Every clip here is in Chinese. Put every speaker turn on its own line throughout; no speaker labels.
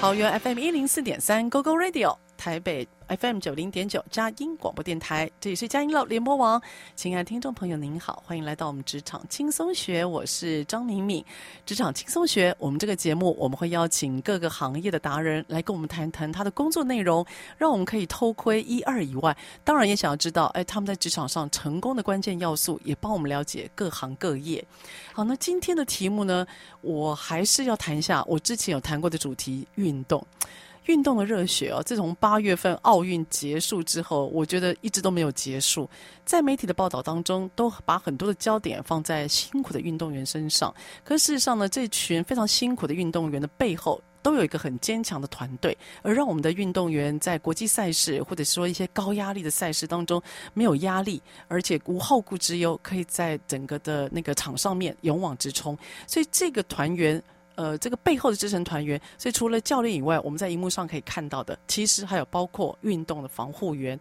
桃园 FM 一零四点三 g o g o Radio，台北 FM 九零点九佳音广播电台，这里是佳音 Love 联播网。亲爱的听众朋友，您好，欢迎来到我们职场轻松学，我是张敏敏。职场轻松学，我们这个节目我们会邀请各个行业的达人来跟我们谈谈他的工作内容，让我们可以偷窥一二以外，当然也想要知道，哎，他们在职场上成功的关键要素，也帮我们了解各行各业。好，那今天的题目呢，我还是要谈一下我之前有谈过的主题——运动。运动的热血哦，自从八月份奥运结束之后，我觉得一直都没有结束。在媒体的报道当中，都把很多的焦点放在辛苦的运动员身上。可事实上呢，这群非常辛苦的运动员的背后，都有一个很坚强的团队，而让我们的运动员在国际赛事或者说一些高压力的赛事当中没有压力，而且无后顾之忧，可以在整个的那个场上面勇往直冲。所以这个团员。呃，这个背后的支撑团员，所以除了教练以外，我们在荧幕上可以看到的，其实还有包括运动的防护员。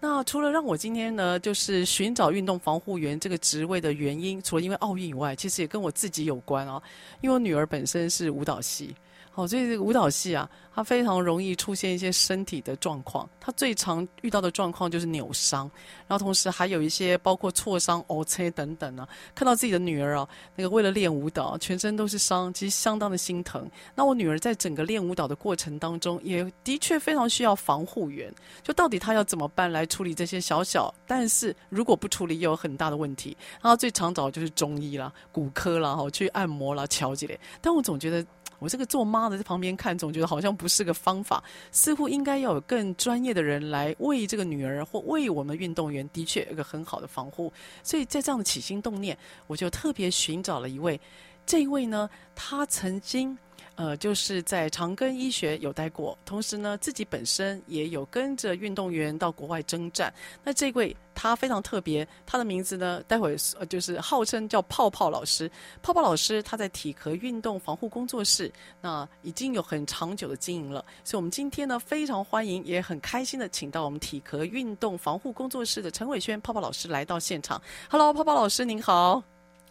那除了让我今天呢，就是寻找运动防护员这个职位的原因，除了因为奥运以外，其实也跟我自己有关哦，因为我女儿本身是舞蹈系。哦，所以这个舞蹈系啊，它非常容易出现一些身体的状况。它最常遇到的状况就是扭伤，然后同时还有一些包括挫伤、O C 等等啊。看到自己的女儿啊，那个为了练舞蹈，全身都是伤，其实相当的心疼。那我女儿在整个练舞蹈的过程当中，也的确非常需要防护员。就到底她要怎么办来处理这些小小，但是如果不处理，又有很大的问题。然后最常找就是中医啦、骨科啦，哈，去按摩啦、调节嘞。但我总觉得。我这个做妈的在旁边看，总觉得好像不是个方法，似乎应该要有更专业的人来为这个女儿或为我们运动员，的确有个很好的防护。所以在这样的起心动念，我就特别寻找了一位，这一位呢，他曾经。呃，就是在长庚医学有待过，同时呢，自己本身也有跟着运动员到国外征战。那这位他非常特别，他的名字呢，待会呃就是号称叫泡泡老师。泡泡老师他在体壳运动防护工作室，那已经有很长久的经营了。所以我们今天呢，非常欢迎，也很开心的请到我们体壳运动防护工作室的陈伟轩泡泡老师来到现场。Hello，泡泡老师您好。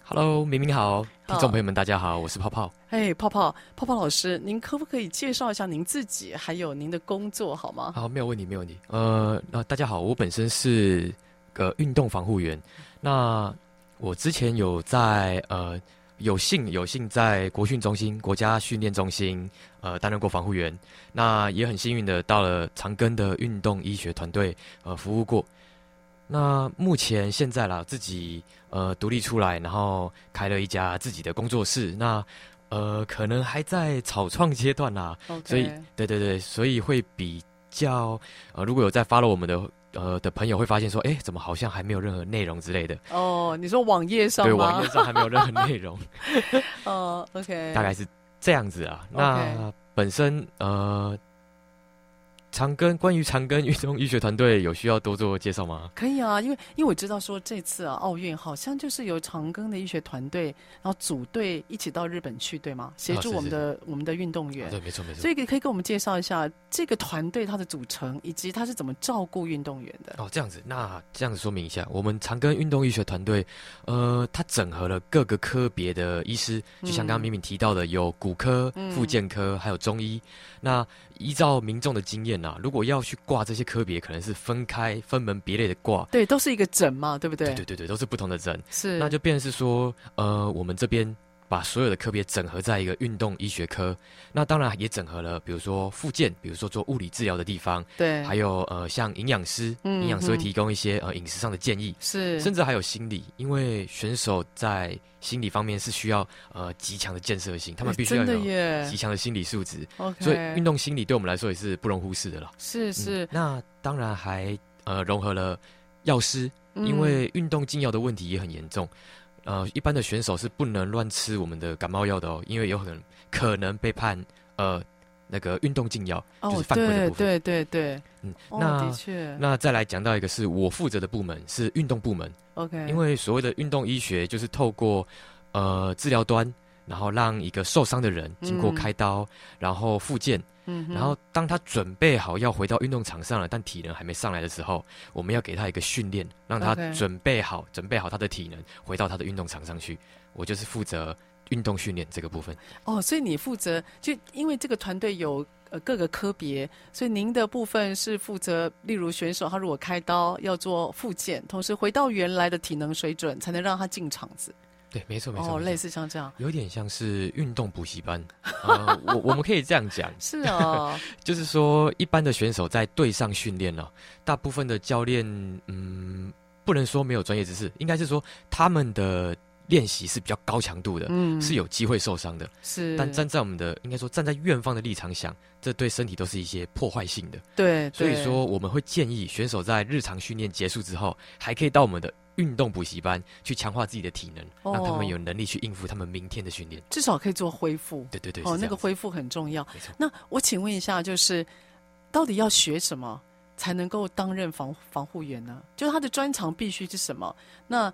Hello，明明好，听众朋友们，大家好，我是泡泡。
哎，泡泡，泡泡老师，您可不可以介绍一下您自己，还有您的工作好吗？
好，没有问题，没有问题。呃，那、呃、大家好，我本身是个、呃、运动防护员。那我之前有在呃有幸有幸在国训中心、国家训练中心呃担任过防护员。那也很幸运的到了长庚的运动医学团队呃服务过。那目前现在啦，自己呃独立出来，然后开了一家自己的工作室。那呃，可能还在草创阶段啦
，okay.
所以对对对，所以会比较呃，如果有在 follow 我们的呃的朋友，会发现说，哎，怎么好像还没有任何内容之类的？
哦，你说网页上
对，网页上还没有任何内容。
哦 uh,，OK，
大概是这样子啊。那、
okay.
本身呃。长庚关于长庚运动医学团队有需要多做介绍吗？
可以啊，因为因为我知道说这次啊奥运好像就是由长庚的医学团队，然后组队一起到日本去，对吗？协助我们的、
哦、
我们的运动员。
哦、对，没错没错。
所以可以给我们介绍一下这个团队它的组成，以及它是怎么照顾运动员的。
哦，这样子，那这样子说明一下，我们长庚运动医学团队，呃，它整合了各个科别的医师，就像刚刚敏敏提到的，有骨科、复健科，还有中医。嗯、那依照民众的经验。啊，如果要去挂这些科别，可能是分开、分门别类的挂。
对，都是一个诊嘛，对不对？
对对对对，都是不同的诊。
是，
那就变是说，呃，我们这边把所有的科别整合在一个运动医学科。那当然也整合了，比如说复健，比如说做物理治疗的地方。
对。
还有呃，像营养师，
嗯、
营养师会提供一些呃饮食上的建议。
是。
甚至还有心理，因为选手在心理方面是需要呃极强的建设性，他们必须要有极强的心理素质。
Okay.
所以运动心理对我们来说也是不容忽视的啦。
是是、嗯。
那当然还呃融合了药师，因
嗯
为运动禁药的问题也很严重、嗯。呃，一般的选手是不能乱吃我们的感冒药的哦，因为有可能可能被判呃那个运动禁药、
哦，
就是犯规的部分。
对对对对。
嗯，
哦、
那
的确。
那再来讲到一个是我负责的部门是运动部门。
OK。
因为所谓的运动医学就是透过呃，治疗端，然后让一个受伤的人经过开刀，嗯、然后复健、
嗯，
然后当他准备好要回到运动场上了，但体能还没上来的时候，我们要给他一个训练，让他准备好，okay. 准备好他的体能，回到他的运动场上去。我就是负责运动训练这个部分。
哦，所以你负责就因为这个团队有。呃各个科别，所以您的部分是负责，例如选手他如果开刀要做复健，同时回到原来的体能水准，才能让他进场子。
对，没错没错，
哦，
没
类
错
似像这样，
有点像是运动补习班，呃，我 我们可以这样讲，
是啊，
就是说，一般的选手在队上训练了，大部分的教练，嗯，不能说没有专业知识，应该是说他们的练习是比较高强度的，
嗯，
是有机会受伤的。
是，
但站在我们的，应该说站在院方的立场想，这对身体都是一些破坏性的。
对，
所以
对
说，我们会建议选手在日常训练结束之后，还可以到我们的运动补习班去强化自己的体能，
哦
让他们有能力去应付他们明天的训练。
至少可以做恢复。
对对对，
哦，
是这
那个
样子
恢复很重要
没错。
那我请问一下，就是到底要学什么才能够担任防防护员呢？就是他的专长必须是什么？那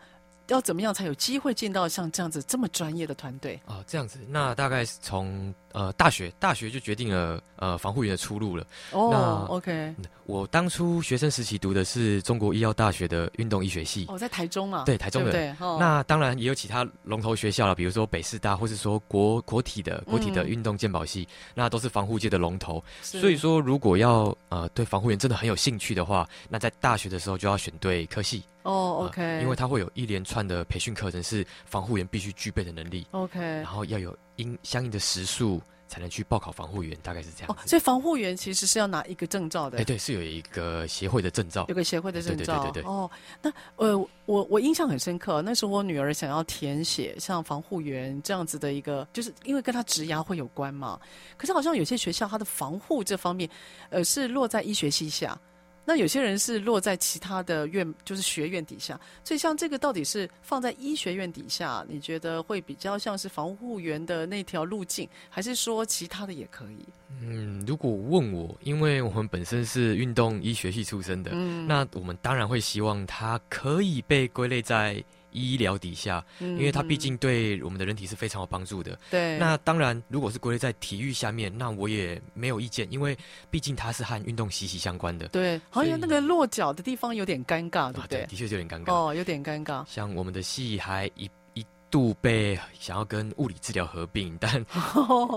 要怎么样才有机会见到像这样子这么专业的团队？
啊、这样子，那大概是从呃大学，大学就决定了呃防护员的出路了。
哦
那
，OK，
嗯我当初学生时期读的是中国医药大学的运动医学系，
哦，在台中啊，
对台中
对
人
不对？哦
那当然也有其他龙头学校了，比如说北师大，或是说国国体的国体的
嗯
运动健保系，那都是防护界的龙头。
是
所以说，如果要呃对防护员真的很有兴趣的话，那在大学的时候就要选对科系
哦
啊
，OK，
因为它会有一连串的培训课程是防护员必须具备的能力。
OK
然。后要有应相应的时数才能去报考防护员，大概是这
哦
样，子。
所以防护员其实是要拿一个证照的
哎、，对，是有一个协会的证照
有个协会的证
对对
照。
哦对对对
哦，那呃，我我印象很深刻，那时候我女儿想要填写像防护员这样子的一个，就是因为跟她职涯会有关嘛。可是好像有些学校它的防护这方面，呃，是落在医学系下。那有些人是落在其他的院，就是学院底下，所以像这个到底是放在医学院底下，你觉得会比较像是防护员的那条路径，还是说其他的也可以？
嗯，如果问我，因为我们本身是运动医学系出身的，
嗯，
那我们当然会希望它可以被归类在医疗底下，
因
因为它毕竟对我们的人体是非常有帮助的。
嗯对
那当然，如果是归类在体育下面，那我也没有意见，因为毕竟它是和运动息息相关的。
对，好像
所以
那个落脚的地方有点尴尬，对
啊
不，对？
的确就有点尴尬。
哦，有点尴尬。
像我们的戏还一一度被想要跟物理治疗合 并，但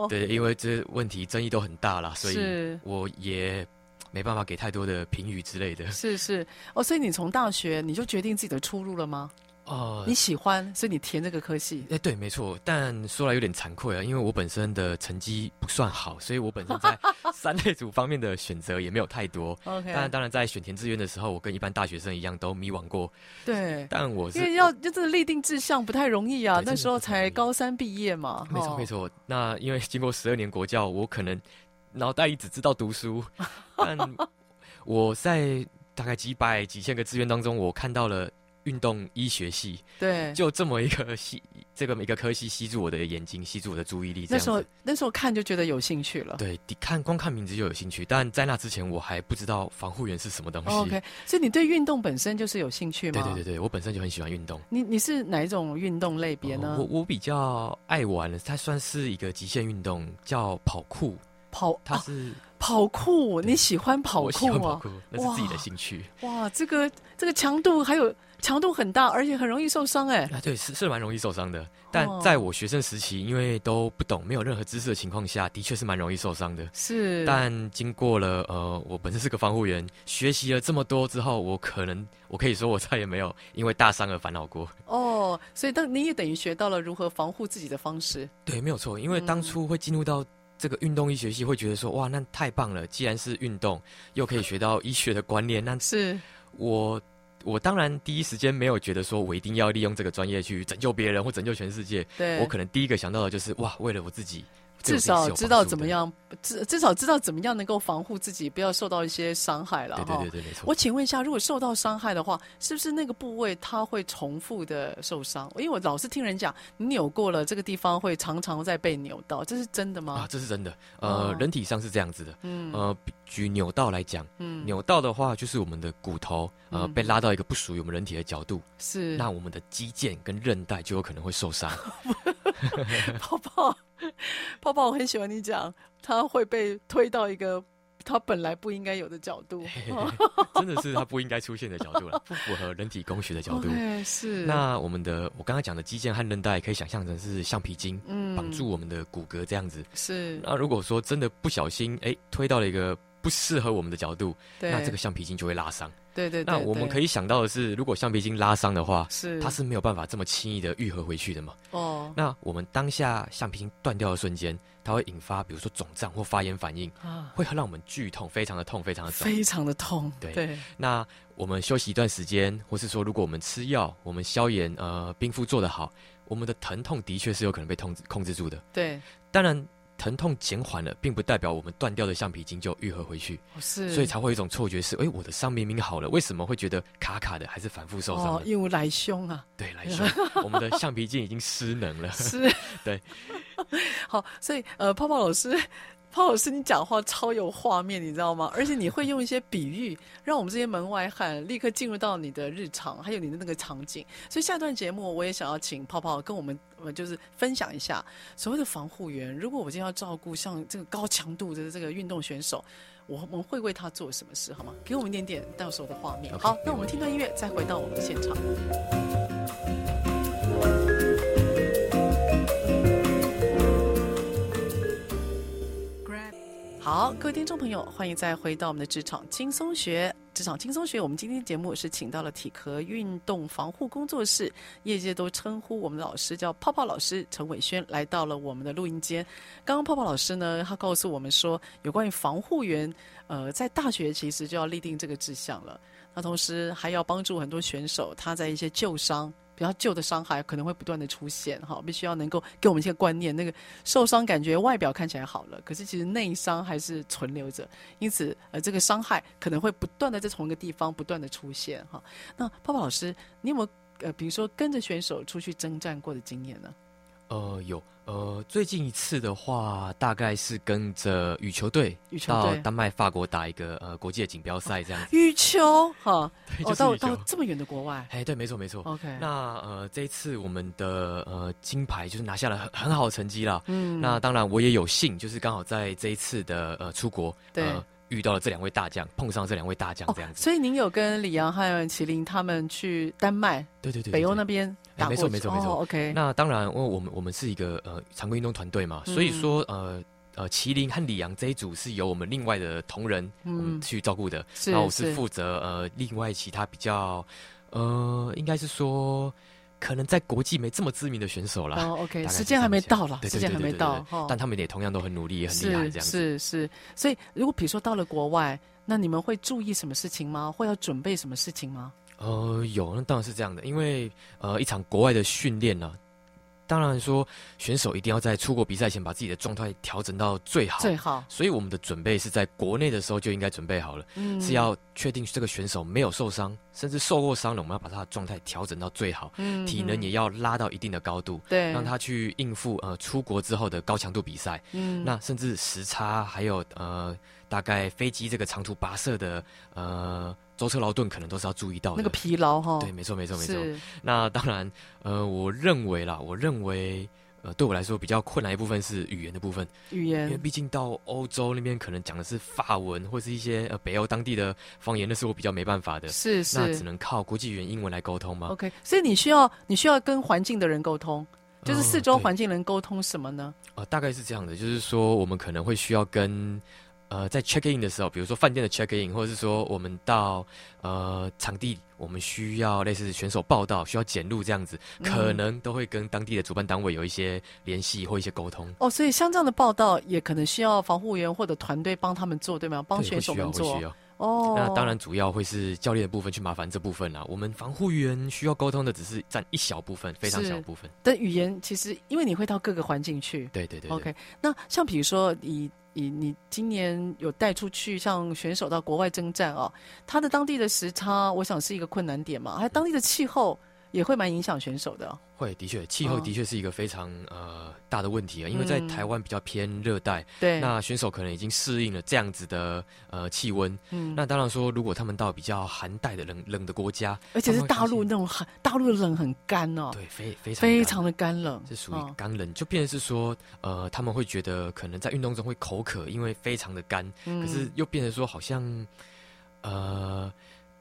对，因为这问题争议都很大啦，所以
是
我也没办法给太多的评语之 类的。
是是，哦，所以你从大学你就决定自己的出路了吗？
哦、
你喜欢，所以你填这个科系
哎、。对，没错，但说来有点惭愧啊，因为我本身的成绩不算好，所以我本 身在三类组方面的选择也没有太多。 当然，
OK，
当然，在选填志愿的时候，我跟一般大学生一样都迷惘过，
对，
但我是
因为要就真的立定志向不太容易啊，
对
那
真的
时候
不太容
才
易
高三毕业嘛。
没错
哦
没。错，那因为经过十二年国教，我可能脑袋里只知道读书， 但我在大概几百几千个志愿当中，我看到了运动医学系，
对，
就这么一个系，这个每个科系吸住我的眼睛，吸住我的注意力，这
那
样
时候哦
子。
那时候看就觉得有兴趣了。
对，你看光看名字就有兴趣，但在那之前我还不知道防护员是什么东西。
哦 OK，所以你对运动本身就是有兴趣吗？
对对对对，我本身就很喜欢运动。
你你是哪一种运动类别呢？
哦我我比较爱玩的，它算是一个极限运动，叫跑酷。
跑
它
啊，
是、
跑酷，
对
你喜欢跑
我
酷
喜欢跑
啊？
酷，那是自己的兴趣。
哇，这个这个强度还有强度很大，而且很容易受伤哎。
啊，对，是是蛮容易受伤的。但在我学生时期，因为都不懂、没有任何知识的情况下，的确是蛮容易受伤的。
是，
但经过了呃，我本身是个防护员，学习了这么多之后，我可能我可以说我再也没有因为大伤而烦恼过。
哦，所以当你也等于学到了如何防护自己的方式。
对，没有错，因为当初会进入到。这个运动医学系会觉得说，哇，那太棒了！既然是运动，又可以学到医学的观念，那
是，
我我当然第一时间没有觉得说我一定要利用这个专业去拯救别人或拯救全世界，
对，
我可能第一个想到的就是哇，为了我自己，
至
对我自己是
少
有
知
帮
道
助
怎么
的。
样，至至少知道怎么样能够防护自己，不要受到一些伤害了
对
哈
对对。对，没错。
哦我请问一下，如果受到伤害的话，是不是那个部位它会重复的受伤？因为我老是听人讲，你扭过了这个地方会常常在被扭到，这是真的
啊
吗，？
这是真的。呃，
哦
人体上是这样子的。
嗯
呃，比举扭到来讲，
嗯，
扭到的话就是我们的骨头呃
嗯
被拉到一个不属于我们人体的角度，
是。
那我们的肌腱跟韧带就有可能会受伤。
泡泡，泡泡，我很喜欢你讲，他会被推到一个他本来不应该有的角度。哦
真的是它不应该出现的角度了，不符合人体工学的角度。
对，哦是
那我们的我刚才讲的肌腱和韧带，可以想象成是橡皮筋
嗯
绑住我们的骨骼这样子。
是
那如果说真的不小心，哎，推到了一个不适合我们的角度，
对
那这个橡皮筋就会拉伤。
对对对，
那我们可
以
以想到的是，如果橡皮筋拉伤的话，
是
它是没有办法这么轻易的愈合回去的嘛。
哦
那我们当下橡皮筋断掉的瞬间，它会引发比如说肿胀或发炎反应，
啊，
会让我们剧痛，非常的痛，非常的肿。
非常的痛，
啊对
对
那我们休息一段时间，或是说如果我们吃药，我们消炎，呃，冰敷做得好，我们的疼痛的确是有可能被控制控制住的。
对
当然，疼痛减缓了，并不代表我们断掉的橡皮筋就愈合回去，
哦是，
所以才会有一种错觉是，哎，我的伤明明好了，为什么会觉得卡卡的，还是反复受伤
哦
呢？
因无来凶啊，
对，来 说，我们的橡皮筋已经失能了。
是，
对，
好，所以呃，泡泡老师。泡老师，你讲话超有画面，你知道吗？而且你会用一些比喻，让我们这些门外汉立刻进入到你的日常，还有你的那个场景。所以下段节目，我也想要请泡泡跟我们，呃，就是分享一下所谓的防护员。如果我今天要照顾像这个高强度的这个运动选手，我我们会为他做什么事，好吗？给我们一点点到时候的画面。
OK，
好，那
没
我们
问
听段音乐，再回到我们的现场。好，各位听众朋友，欢迎再回到我们的职场轻松学。职场轻松学，我们今天的节目是请到了体壳运动防护工作室，业界都称呼我们的老师叫泡泡老师陈伟轩，来到了我们的录音间。刚刚泡泡老师呢，他告诉我们说，有关于防护员，呃，在大学其实就要立定这个志向了。那同时还要帮助很多选手，他在一些旧伤。比较旧的伤害可能会不断的出现，哈，必须要能够给我们一些观念。那个 受伤感觉外表看起来好了，可是其实内伤还是存留着，因此呃，这个伤害可能会不断的在同一个地方不断的出现，哈。那泡泡老师，你有没有呃，比如说跟着选手出去征战过的经验呢？
呃，有，呃，最近一次的话，大概是跟着羽球队
羽球
到
队
丹麦、法国打一个呃国际的锦标赛这样子。
羽球，哈，
对，
哦，
就是
到
羽球
到哦这么远的国外
哎，对，没错没错。
，OK，
那呃，这一次我们的呃金牌就是拿下了很很好的成绩啦。
嗯
那当然，我也有幸，就是刚好在这一次的呃出国，
对
呃、遇到了这两位大将，碰上这两位大将
哦
这样，子。
所以您有跟李阳和麒麟他们去丹麦、
对对对，
北欧
对哎
那边打
没
过去，
错没错没错
哦，OK，
那当然，因为我们我们是一个呃常规运动团队嘛，所以
嗯
说呃呃，麒麟和李阳这一组是由我们另外的同仁我
嗯
们去照顾的，
是
然后我是
是
负责呃另外其他比较呃应该是说可能在国际没这么知名的选手啦，
哦
大
，OK，
概是
时间还没到啦，
这样想对对
时间还
对对
没
对
到
对，
哈
但他们也同样都很努力，也很厉害
是
这样子。
是是，所以如果比如说到了国外，那你们会注意什么事情吗？会要准备什么事情吗？
呃，有，那当然是这样的，因为呃，一场国外的训练呢、当然说选手一定要在出国比赛前把自己的状态调整到最好。
最好，
所以我们的准备是在国内的时候就应该准备好了，
嗯，
是要确定这个选手没有受伤，甚至受过伤了，我们要把他的状态调整到最好，
嗯
体能也要拉到一定的高度，
对，
让他去应付呃出国之后的高强度比赛。
嗯
那甚至时差，还有呃，大概飞机这个长途跋涉的呃舟车劳顿，可能都是要注意到的。
那个疲劳哈，
对，没错，没错，没错。
是
那当然，呃，我认为啦，我认为，呃，对我来说比较困难一部分是语言的部分，
语
因为
言
毕竟到欧洲那边可能讲的是法文或是一些呃北欧当地的方言，那是我比较没办法的，
是哦
那只
是
能靠国际语言英文来沟通嘛。
，OK，所以你需要你需要跟环境的人沟通，就是四周
嗯对
环境人沟通什么呢？
呃，大概是这样的，就是说我们可能会需要跟呃在 check in 的时候，比如说饭店的 check in，或者是说我们到呃场地，我们需要类似选手报道、需要检录这样子，可
嗯
能都会跟当地的主办单位有一些联系或一些沟通。
哦，所以像这样的报道也可能需要防护员或者团队帮他们做，对吗？帮
对
选
会
手
需要
们
会
做
需。要，
哦，
那当然主要会是教练的部分去麻烦这部分啦。我们防护员需要沟通的只是占一小部分，非常
是
小部分。
但语言其实因为你会到各个环境去。
对对对对
OK，那像比如说以以你今年有带出去像选手到国外征战哦，他的当地的时差，我想是一个困难点嘛，还有当地的气候。也会蛮影响选手的哦。
会，的确，气候
哦
的确是一个非常、呃大的问题啊，因为在
嗯
台湾比较偏热带，
对，
那选手可能已经适应了这样子的呃气温。
嗯，
那当然说，如果他们到比较寒带的冷冷的国家，
而且是
他们会
大
发
陆
现
那种很大陆的冷很干哦，
对，非
非
非常干
常的干冷，
是属于
哦
干冷，就变成是说，呃，他们会觉得可能在运动中会口渴，因为非常的干，可是
嗯
又变成说好像，呃，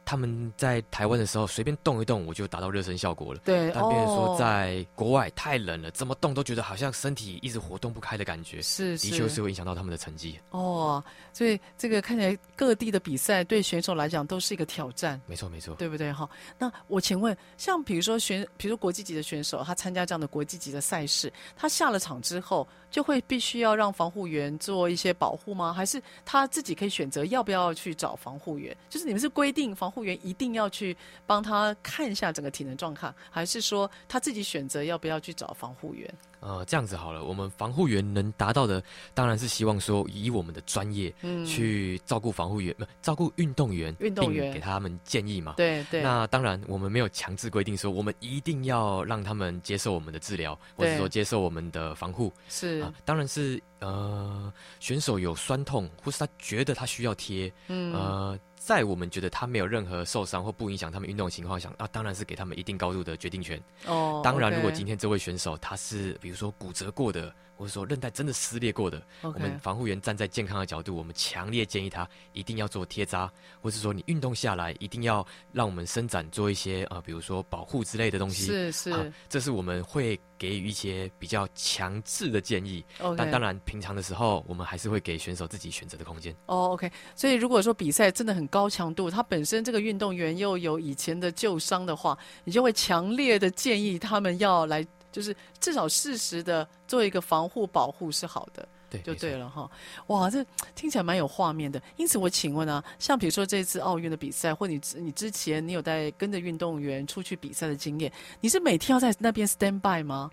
他们在台湾的时候随便动一动我就达到热身效果了。
对，
但变成说，
哦
在国外太冷了，怎么动都觉得好像身体一直活动不开的感觉，
是
的确是会影响到他们的成绩。
哦，所以这个看起来各地的比赛对选手来讲都是一个挑战。
没错，没错。
对不对哈？那我请问，像比如说选，比如说国际级的选手，他参加这样的国际级的赛事，他下了场之后，就会必须要让防护员做一些保护吗？还是他自己可以选择要不要去找防护员？就是你们是规定防护员一定要去帮他看一下整个体能状况，还是说他自己选择要不要去找防护员？
呃，这样子好了，我们防护员能达到的，当然是希望说以我们的专业
嗯，
去照顾防护员，不、照顾运动员，
运动
并
员
给他们建议嘛。
对对，
那当然，我们没有强制规定说我们一定要让他们接受我们的治疗，或者
对
说接受我们的防护
是、
啊。当然是呃，选手有酸痛，或是他觉得他需要贴，
嗯。
呃，在我们觉得他没有任何受伤或不影响他们运动的情况下，啊，当然是给他们一定高度的决定权。
哦，
当然，如果今
天
天这位选手他是比如说骨折过的，或者说韧带真的撕裂过的，我们防护员站在健康的角度，我们强烈建议他一定要做贴扎，或是说你运动下来一定要让我们伸展做一些呃，比如说保护之类的东西。
是是、
啊，这是我们会给予一些比较强制的建议。
OK，
但当然，平常的时候我们还是会给选手自己选择的空间。
哦，OK，所以如果说比赛真的很高强度，他本身这个运动员又有以前的旧伤的话，你就会强烈的建议他们要来，就是至少适时的做一个防护保护是好的。
对，
就
没错
对了哈。哇，这听起来蛮有画面的。因此，我请问啊，像比如说这次奥运的比赛，或你之你之前你有在跟着运动员出去比赛的经验，你是每天要在那边 stand by 吗？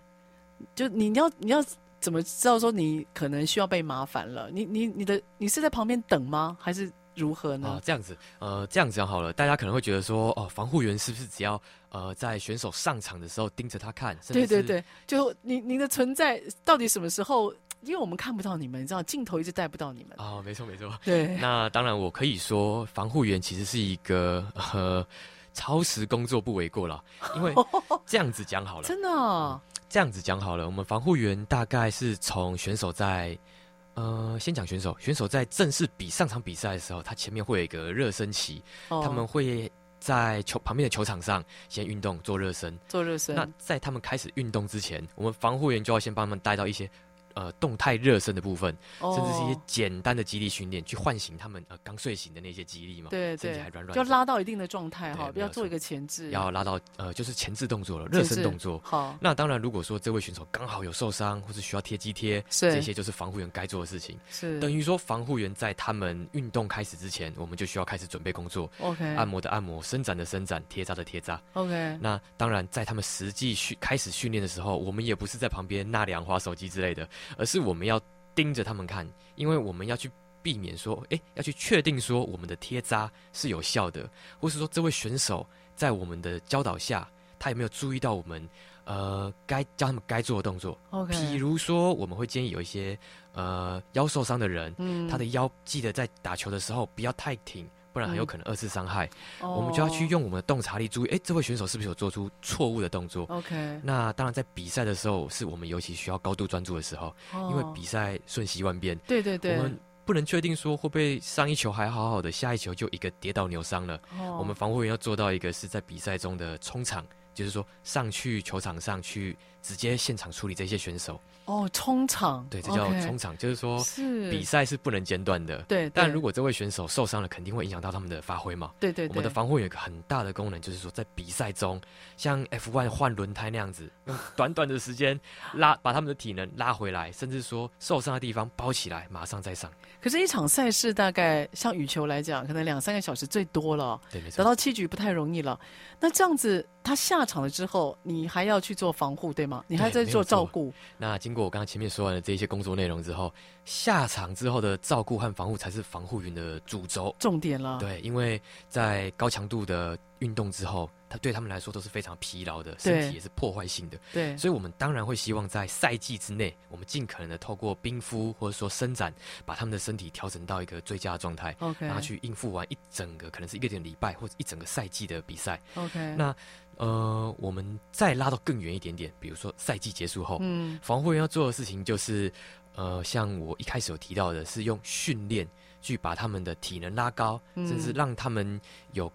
就你要你要怎么知道说你可能需要被麻烦了？你你你的你是在旁边等吗？还是如何
啊
呢？，
这样子，呃，这样讲好了，大家可能会觉得说，哦，防护员是不是只要呃在选手上场的时候盯着他看？甚
对
至
对对，
是，
就你你的存在到底什么时候？因为我们看不到你们，你知道镜头一直带不到你们。
啊、没错没错。
对，
那当然，我可以说，防护员其实是一个呃超时工作不为过啦，因 为这样子讲好了，
真的哦、
这样子讲好了，我们防护员大概是从选手在。呃，先讲选手，选手在正式比上场比赛的时候，他前面会有一个热身期，
哦
嗯他们会在球旁边的球场上先运动做热身，
做热身，
那在他们开始运动之前，我们防护员就要先帮他们带到一些呃动态热身的部分，甚至是一些
哦
简单的肌力训练，去唤醒他们呃刚睡醒的那些肌力嘛。
对
身体
对
还软软的，
就拉到一定的状态哈，
对
不
没
要
有
做一
错
个前置，
要拉到呃就是前置动作了，
前
热身
置
动作。
好
那当然，如果说这位选手刚好有受伤或是需要贴肌贴，
是
这些就是防护员该做的事情。
是
等于说，防护员在他们运动开始之前，我们就需要开始准备工作，
OK
按摩的按摩，伸展的伸展，贴扎的贴扎。
OK
那当然，在他们实际训开始训练的时候，我们也不是在旁边纳凉、划手机之类的，而是我们要盯着他们看，因为我们要去避免说，诶，要去确定说我们的贴扎是有效的，或是说这位选手在我们的教导下，他有没有注意到我们呃该教他们该做的动作？
OK，
比如说，我们会建议有一些呃腰受伤的人，
嗯
他的腰记得在打球的时候不要太挺，不然很有可能二次伤害。我们就要去
哦
用我们的洞察力注意，诶，这位选手是不是有做出错误的动作？
哦 OK，
那当然，在比赛的时候，是我们尤其需要高度专注的时候，因为
哦
比赛瞬息万变，
对对
我
对，
们不能确定说会不会上一球还好好的，下一球就一个跌倒扭伤了。我
我
们防护员要做到一个是在比赛中的冲场，就是说上去球场上去直接现场处理这些选手，
哦冲场，
对，这叫
OK，
冲场，就是说
是
比赛是不能间断的。
对，
但
对
如果这位选手受伤了，肯定会影响到他们的发挥嘛。
对对
我们的
对
防护有一个很大的功能，就是说在比赛中，像 F1 换轮胎那样子，用短短的时间拉把他们的体能拉回来，甚至说受伤的地方包起来，马上再上。
可是，一场赛事大概像羽球来讲，可能两三个小时最多了，
对，没错
得。到七局不太容易了。那这样子，他下场了之后，你还要去做防护，对吗？你还
对
在
没有
做照
错
顾，
那经过我刚刚前面说完的这些工作内容之后，下场之后的照顾和防护才是防护员的主轴。
重点了。
对，因为在高强度的运动之后，他对他们来说都是非常疲劳的，
对
身体也是破坏性的。
对，
所以我们当然会希望在赛季之内，我们尽可能的透过冰敷或者说伸展，把他们的身体调整到一个最佳的状态，
OK，
让他去应付完一整个可能是一个点礼拜或者一整个赛季的比赛。
OK，
那呃，我们再拉到更远一点点，比如说赛季结束后，
嗯
防护员要做的事情就是，呃，像我一开始有提到的，是用训练去把他们的体能拉高，
嗯
甚至让他们有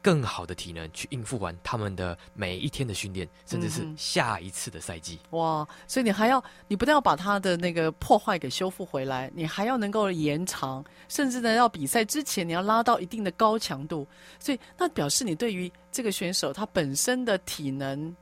更好的体能去应付完他们的每一天的训练，甚至是
嗯哼
下一次的赛季。
哇，所以你还要，你不但要把它的那个破坏给修复回来，你还要能够延长，甚至呢，要比赛之前你要拉到一定的高强度，所以那表示你对于这个选手他本身的体能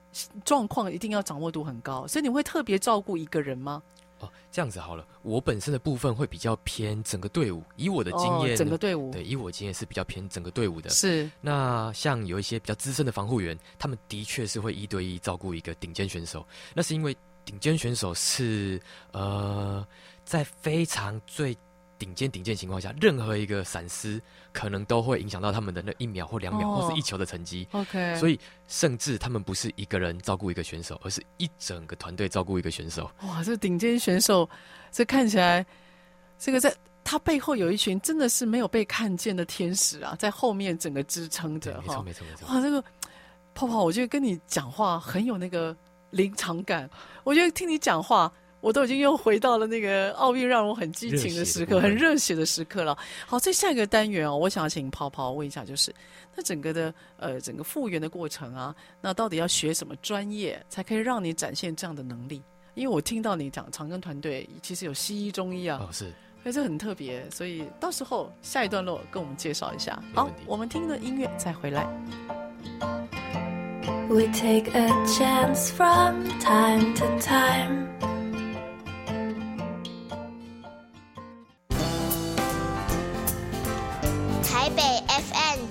状况一定要掌握度很高，所以你会特别照顾一个人吗？
哦，这样子好了，我本身的部分会比较偏整个队伍，以我的经验，
哦、整个队伍
对，以我的经验是比较偏整个队伍的。
是
那像有一些比较资深的防护员，他们的确是会一对一照顾一个顶尖选手，那是因为顶尖选手是呃，在非常最顶尖顶尖的情况下，任何一个闪失可能都会影响到他们的那一秒或两秒、
哦
或是一球的成绩。
OK，
所
以
以，甚至他们不是一个人照顾一个选手，而是一整个团队照顾一个选手。
哇，这顶尖选手，这看起来这个在。他背后有一群真的是没有被看见的天使啊，在后面整个支撑
对
着，
没
哈
错，。没错，没 错。
哇，这个泡泡，我觉得跟你讲话很有那个临场感。我觉得听你讲话，我都已经又回到了那个奥运让我很激情的时刻，
热血的部分
很热血的时刻了。好，在下一个单元哦，我想要请泡泡问一下，就是那整个的呃整个复原的过程啊，那到底要学什么专业才可以让你展现这样的能力？因为我听到你讲长庚团队其实有西医、中医啊，
哦，是。
哎，这很特别，所以到时候下一段落跟我们介绍一下。
没
好
问题，
我们听了音乐再回来。
We take a chance from time to time.
台北 FM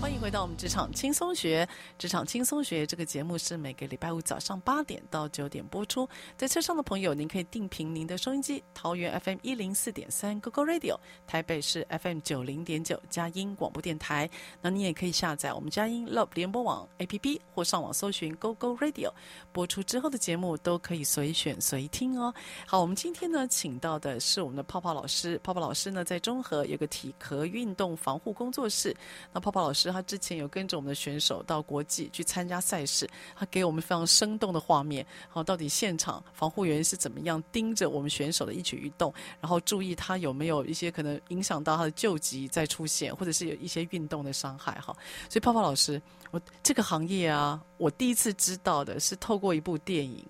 欢迎回到我们职场轻松学。职场轻松学这个节目是每个礼拜五早上八点到九点播出。在车上的朋友，您可以定频您的收音机，桃园 FM 一零四点三 g o g o Radio，台北市 FM 九零点九佳音广播电台。那你也可以下载我们佳音 Love 联播网 APP 或上网搜寻 g o g o Radio。播出之后的节目都可以随选随听哦。好，我们今天呢，请到的是我们的泡泡老师。泡泡老师呢，在中和有个体壳运动防护工作室。那泡泡老师他之前有跟着我们的选手到国际去参加赛事，他给我们非常生动的画面。好，到底现场防护员是怎么样盯着我们选手的一举一动，然后注意他有没有一些可能影响到他的救急再出现，或者是有一些运动的伤害哈。所以泡泡老师，我这个行业啊，我第一次知道的是透过一部电影。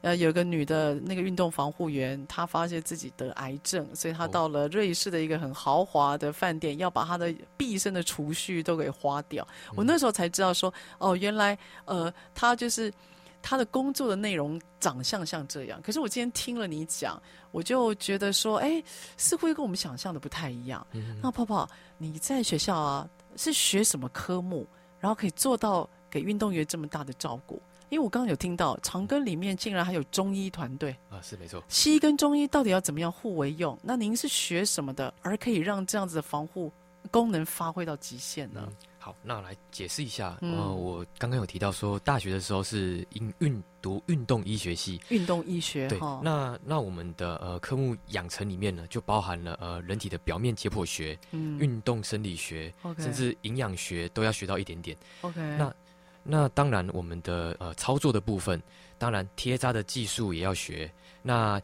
呃，有个女的那个运动防护员，她发现自己得癌症，所以她
哦
到了瑞士的一个很豪华的饭店，要把她的毕生的储蓄都给花掉。我那时候才知道说，哦，原来呃，她就是她的工作的内容长相像这样。可是我今天听了你讲，我就觉得说，哎，似乎又跟我们想象的不太一
嗯
样。那泡泡，你在学校啊是学什么科目？然后可以做到给运动员这么大的照顾？因为我刚刚有听到长庚里面竟然还有中医团队，
啊，是没错。
西医跟中医到底要怎么样互为用？那您是学什么的，而可以让这样子的防护功能发挥到极限呢？
嗯好，那来解释一下。
嗯
呃，我刚刚有提到说，大学的时候是因运读运动医学系。
运动医学
对
哈，，
那那我们的呃科目养成里面呢，就包含了呃人体的表面解剖学、
嗯
运动生理学，
OK
甚至营养学都要学到一点点。
OK，
那那当然，我们的呃操作的部分，当然贴扎的技术也要学。那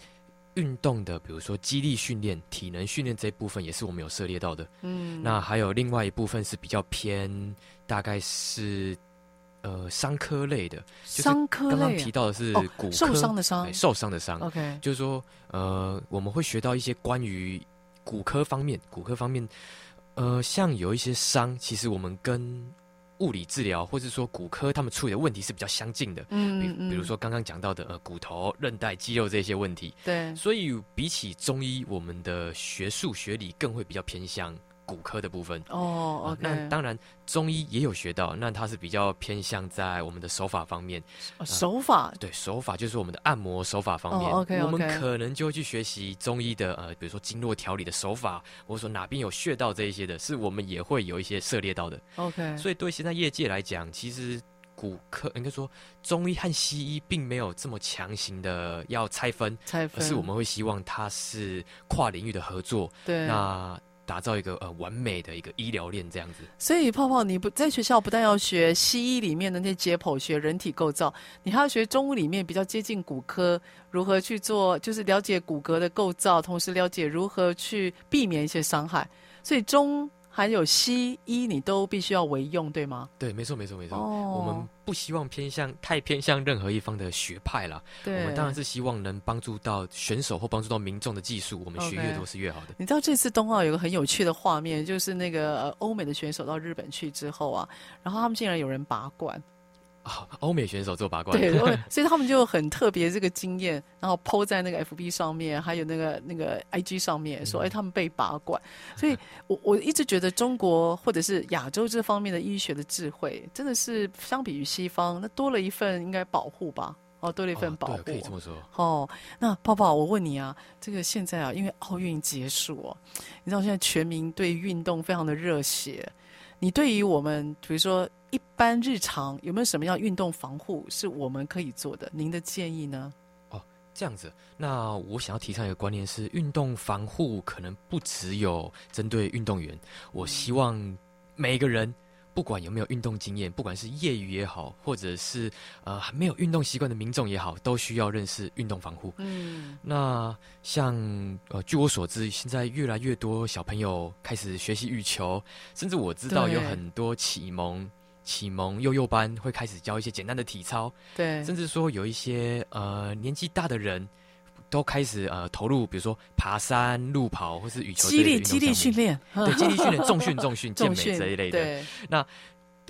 运动的，比如说肌力训练、体能训练这一部分，也是我们有涉猎到的。
嗯
那还有另外一部分是比较偏，大概是呃伤科类的。是
伤科
刚刚
类
提
啊
到的是
哦
骨科、
受伤哦的伤
对受伤的伤，
，OK，
就是说呃，我们会学到一些关于骨科方面，骨科方面，呃，像有一些伤，其实我们跟物理治疗或是说骨科他们处理的问题是比较相近的，比
嗯嗯，
比如说刚刚讲到的呃骨头、韧带、肌肉这些问题，
对，
所以比起中医，我们的学术学理更会比较偏向骨科的部分。
哦
啊
，OK，
那当然，中医也有学到，那它是比较偏向在我们的手法方面，
哦手法
对手法就是我们的按摩手法方面，
哦，OK，OK
我们可能就会去学习中医的呃，比如说经络调理的手法，或者说哪边有穴道这一些的，是我们也会有一些涉猎到的。
，OK，
所以对现在业界来讲，其实骨科应该说中医和西医并没有这么强行的要拆分，
拆
而
分
是我们会希望它是跨领域的合作，
对。
那打造一个呃完美的一个医疗链这样子。
所以泡泡，你不在学校不但要学西医里面的那些解剖学、人体构造，你还要学中医里面比较接近骨科如何去做，就是了解骨骼的构造，同时了解如何去避免一些伤害。所以中还有西医，你都必须要为用，对吗？
对，没错，没错，没错。
哦
我们不希望偏向太偏向任何一方的学派啦，我
对，
们当然是希望能帮助到选手或帮助到民众的技术，我们学
OK
越多是越好的。
你知道这次冬奥有个很有趣的画面，就是那个呃欧美的选手到日本去之后啊，然后他们竟然有人拔罐，
啊，欧美选手做拔罐， 哦
对，因为所以他们就很特别这个经验，然后 PO 在那个 FB 上面，还有那个那个 IG 上面
嗯
说，哎、他们被拔管。所以我我一直觉得中国或者是亚洲这方面的医学的智慧，真的是相比于西方，那多了一份应该保护吧？哦，多了一份
哦
保护。
对，可以这么说。
哦，那泡泡，我问你啊，这个现在啊，因为奥运结束哦，你知道现在全民对运动非常的热血，你对于我们，比如说一般日常有没有什么样运动防护是我们可以做的？您的建议呢？
这样子，那我想要提倡一个观念是，运动防护可能不只有针对运动员，我希望每个人。不管有没有运动经验，不管是业余也好，或者是呃没有运动习惯的民众也好，都需要认识运动防护。
嗯，
那像呃，据我所知，现在越来越多小朋友开始学习羽球，甚至我知道
对
有很多启蒙启蒙幼幼班会开始教一些简单的体操，
对，
甚至说有一些呃年纪大的人都开始呃投入，比如说爬山、路跑或是羽球
激
类的
励
运动
激励
项
训
目，
练，啊
对激励训练、重训、重训、健
重
美
训
这一类的。
对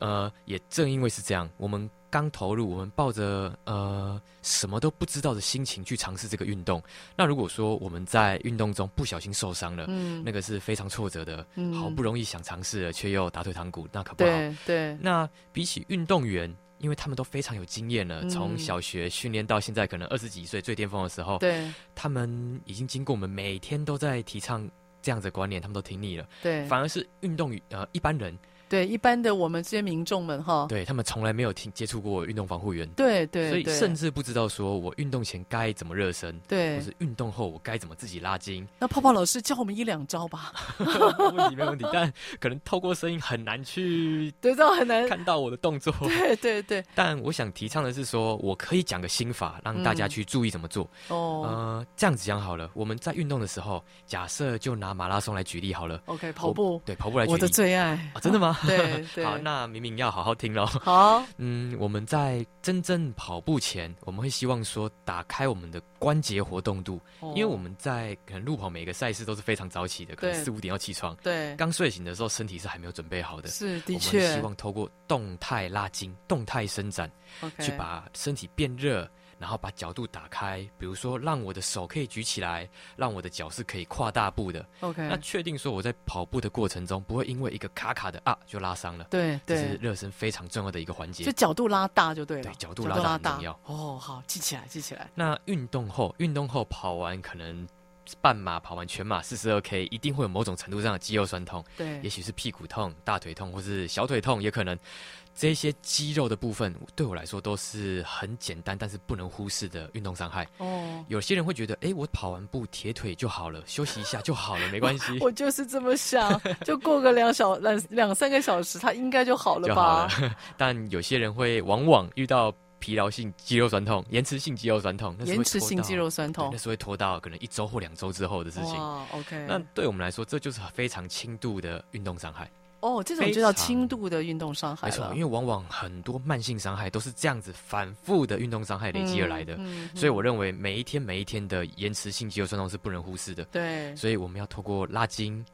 呃，也正因为是这样，我们刚投入，我们抱着呃什么都不知道的心情去尝试这个运动。那如果说我们在运动中不小心受伤了，
嗯，
那个是非常挫折的。
嗯
好不容易想尝试了，却又打退堂鼓，那可不好。
对对
那比起运动员，因为他们都非常有经验了，
嗯
从小学训练到现在，可能二十几岁最巅峰的时候，
对
他们已经经过我们每天都在提倡这样子的观念，他们都听腻了。
对
反而是运动员呃一般人。
对，一般的我们这些民众们哈，
对他们从来没有听接触过运动防护员，
对对，
所以
对
甚至不知道说我运动前该怎么热身，
对
或，是运动后我该怎么自己拉筋，
那泡泡老师教我们一两招吧，
没问题没问题。但可能透过声音很难去
对，这样很难。
看到我的动作，
呃对对对，
但我想提倡的是说，我可以讲个心法，让大家
嗯
去注意怎么做。
哦、
呃，这样子讲好了，我们在运动的时候，假设就拿马拉松来举例好了，
o k 跑步，
对跑步来举
我
例
的最爱。
啊，真的吗？
对对
好，那明明要好好听喽。
好，
嗯，我们在真正跑步前，我们会希望说打开我们的关节活动度，因为我
哦
们在可能路跑每个赛事都是非常早起的，可能
对
四五点要起床，
对
刚睡醒的时候身体是还没有准备好的。
是
我
的
们
确
希望透过动态拉筋、动态伸展，
，OK
去把身体变热，然后把角度打开，比如说让我的手可以举起来，让我的脚是可以跨大步的。那
OK，
确定说我在跑步的过程中不会因为一个卡卡的啊就拉伤了，
对
这是
对，
热身非常重要的一个环节
就。角度拉大就对了，
对角度拉大很重要
哦，好，记起来，记起来。
那运动后，运动后跑完可能半马、跑完全马四十二 K，一定会有某种程度上的肌肉酸痛，
对
也，许是屁股痛、大腿痛，或是小腿痛，也可能这些肌肉的部分对我来说都是很简单，但是不能忽视的运动伤害。
哦，
有些人会觉得，诶，我跑完步铁腿就好了，休息一下就好了，没关系
我就是这么 想，就过个两小两两三个小时，它应该就好了
就好
吧
了？。 但有些人会往往遇到疲劳性肌肉酸痛、延迟性肌肉酸痛，那是会
延迟
拖
性
到
肌肉酸
对
痛
那，是会拖到可能一周或两周之后的事情。
哇，OK，
那对我们来说，这就是非常轻度的运动伤害。
哦，这种
非
就叫
常
轻度的运动伤害
没
了
错，因，为往往很多慢性伤害都是这样子反复的运动伤害累积而来的。
嗯嗯
所以我认为每一天每一天的延迟
嗯
性肌肉酸痛是不能忽视的。
对，
所以我们要透过拉筋，